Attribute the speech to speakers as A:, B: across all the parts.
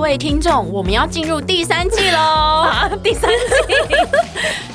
A: 位听众，我们要进入第三季喽！
B: 啊， 第三季，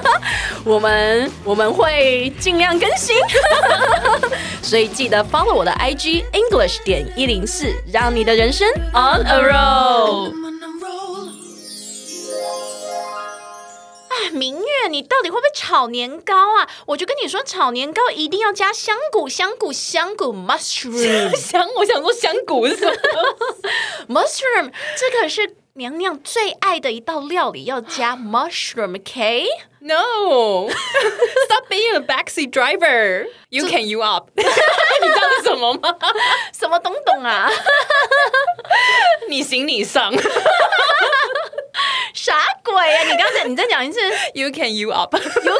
A: 我们我们会尽量更新， 所以记得 follow 我的 IG English 点一零四，让你的人生 on a roll。
C: I'm on a roll.
A: 哎明月，你到底会不会炒年糕啊？我就跟你说，炒年糕一定要加香菇，香菇，香菇，mushroom，mushroom，
B: 香，我 想说香骨是什么？
A: 这可是娘娘最爱的一道料理，要加 mushroom，OK？、
B: No, stop being a backseat driver. You can you up. 你知道是什么吗？
A: 什么东东 啊？
B: 你行你上。
A: 啥鬼啊？你刚才你再讲一次
B: You can you up，
A: ，You can you？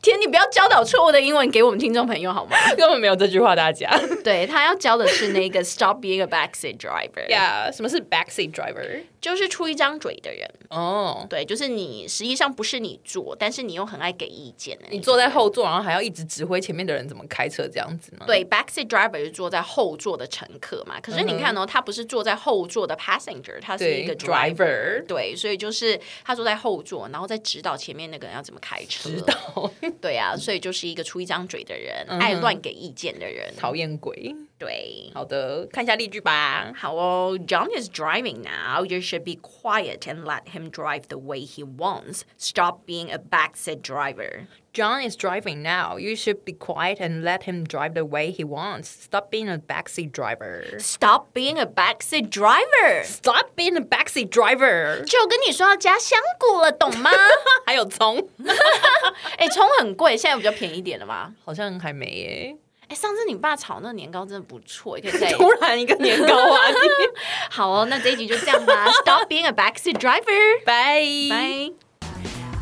A: 天， 你不要教导错误的英文给我们听众朋友好吗？
B: 根本没有这句话，大家。
A: 对他要教的是那个 stop being a backseat driver，、
B: Yeah，什么是 backseat driver？
A: 就是出一张嘴的人。
B: 哦、
A: 对，就是你实际上不是你做，但是你又很爱给意见的那种。
B: 你坐在后座，然后还要一直指挥前面的人怎么开车，这样子吗？
A: 对，backseat driver 是坐在后座的乘客嘛。可是你看哦，他不是坐在后座的 passenger，他是
B: 对，
A: 一个 driver。
B: driver。
A: 对，所以就是他坐在后座，然后再指导前面那个人要怎么开车。
B: 知道，
A: 对啊，所以就是一个出一张嘴的人，爱乱给意见的人。
B: 讨厌鬼。
A: 对。
B: 好的，看一下例句吧。
A: 好哦，John is driving now. You should be quiet and let him drive the way he wants. Stop being a backseat driver.
B: John is driving now. You should be quiet and let him drive the way he wants. Stop being a backseat driver.
A: Stop being a backseat driver.
B: Stop being a backseat driver.
A: 就跟你说要加香菇了，懂吗？
B: 还有葱，
A: 哎、葱很贵，现在比较便宜一点了吧？
B: 好像还没耶。
A: 哎、上次你爸炒那个年糕真的不错，也可以 再
B: 突然一个年糕话 题，
A: 好哦。那这一集就这样吧，Stop being a backseat driver，
B: 拜
A: 拜。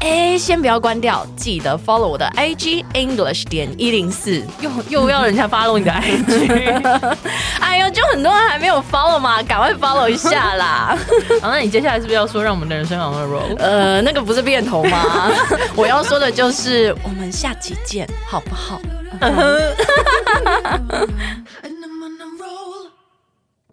A: 哎，先不要关掉，记得 follow 我的 IG English 点一零四。
B: 又又要人家发 动你的 IG，
A: 哎呦，就很多人还没有 follow 嘛，赶快 follow 一下 啦。
B: 好，那你接下来是不是要说让我们的人生 on a roll？
A: 呃，那个不是变头吗？我要说的就是，我们下期见，好不好？
C: I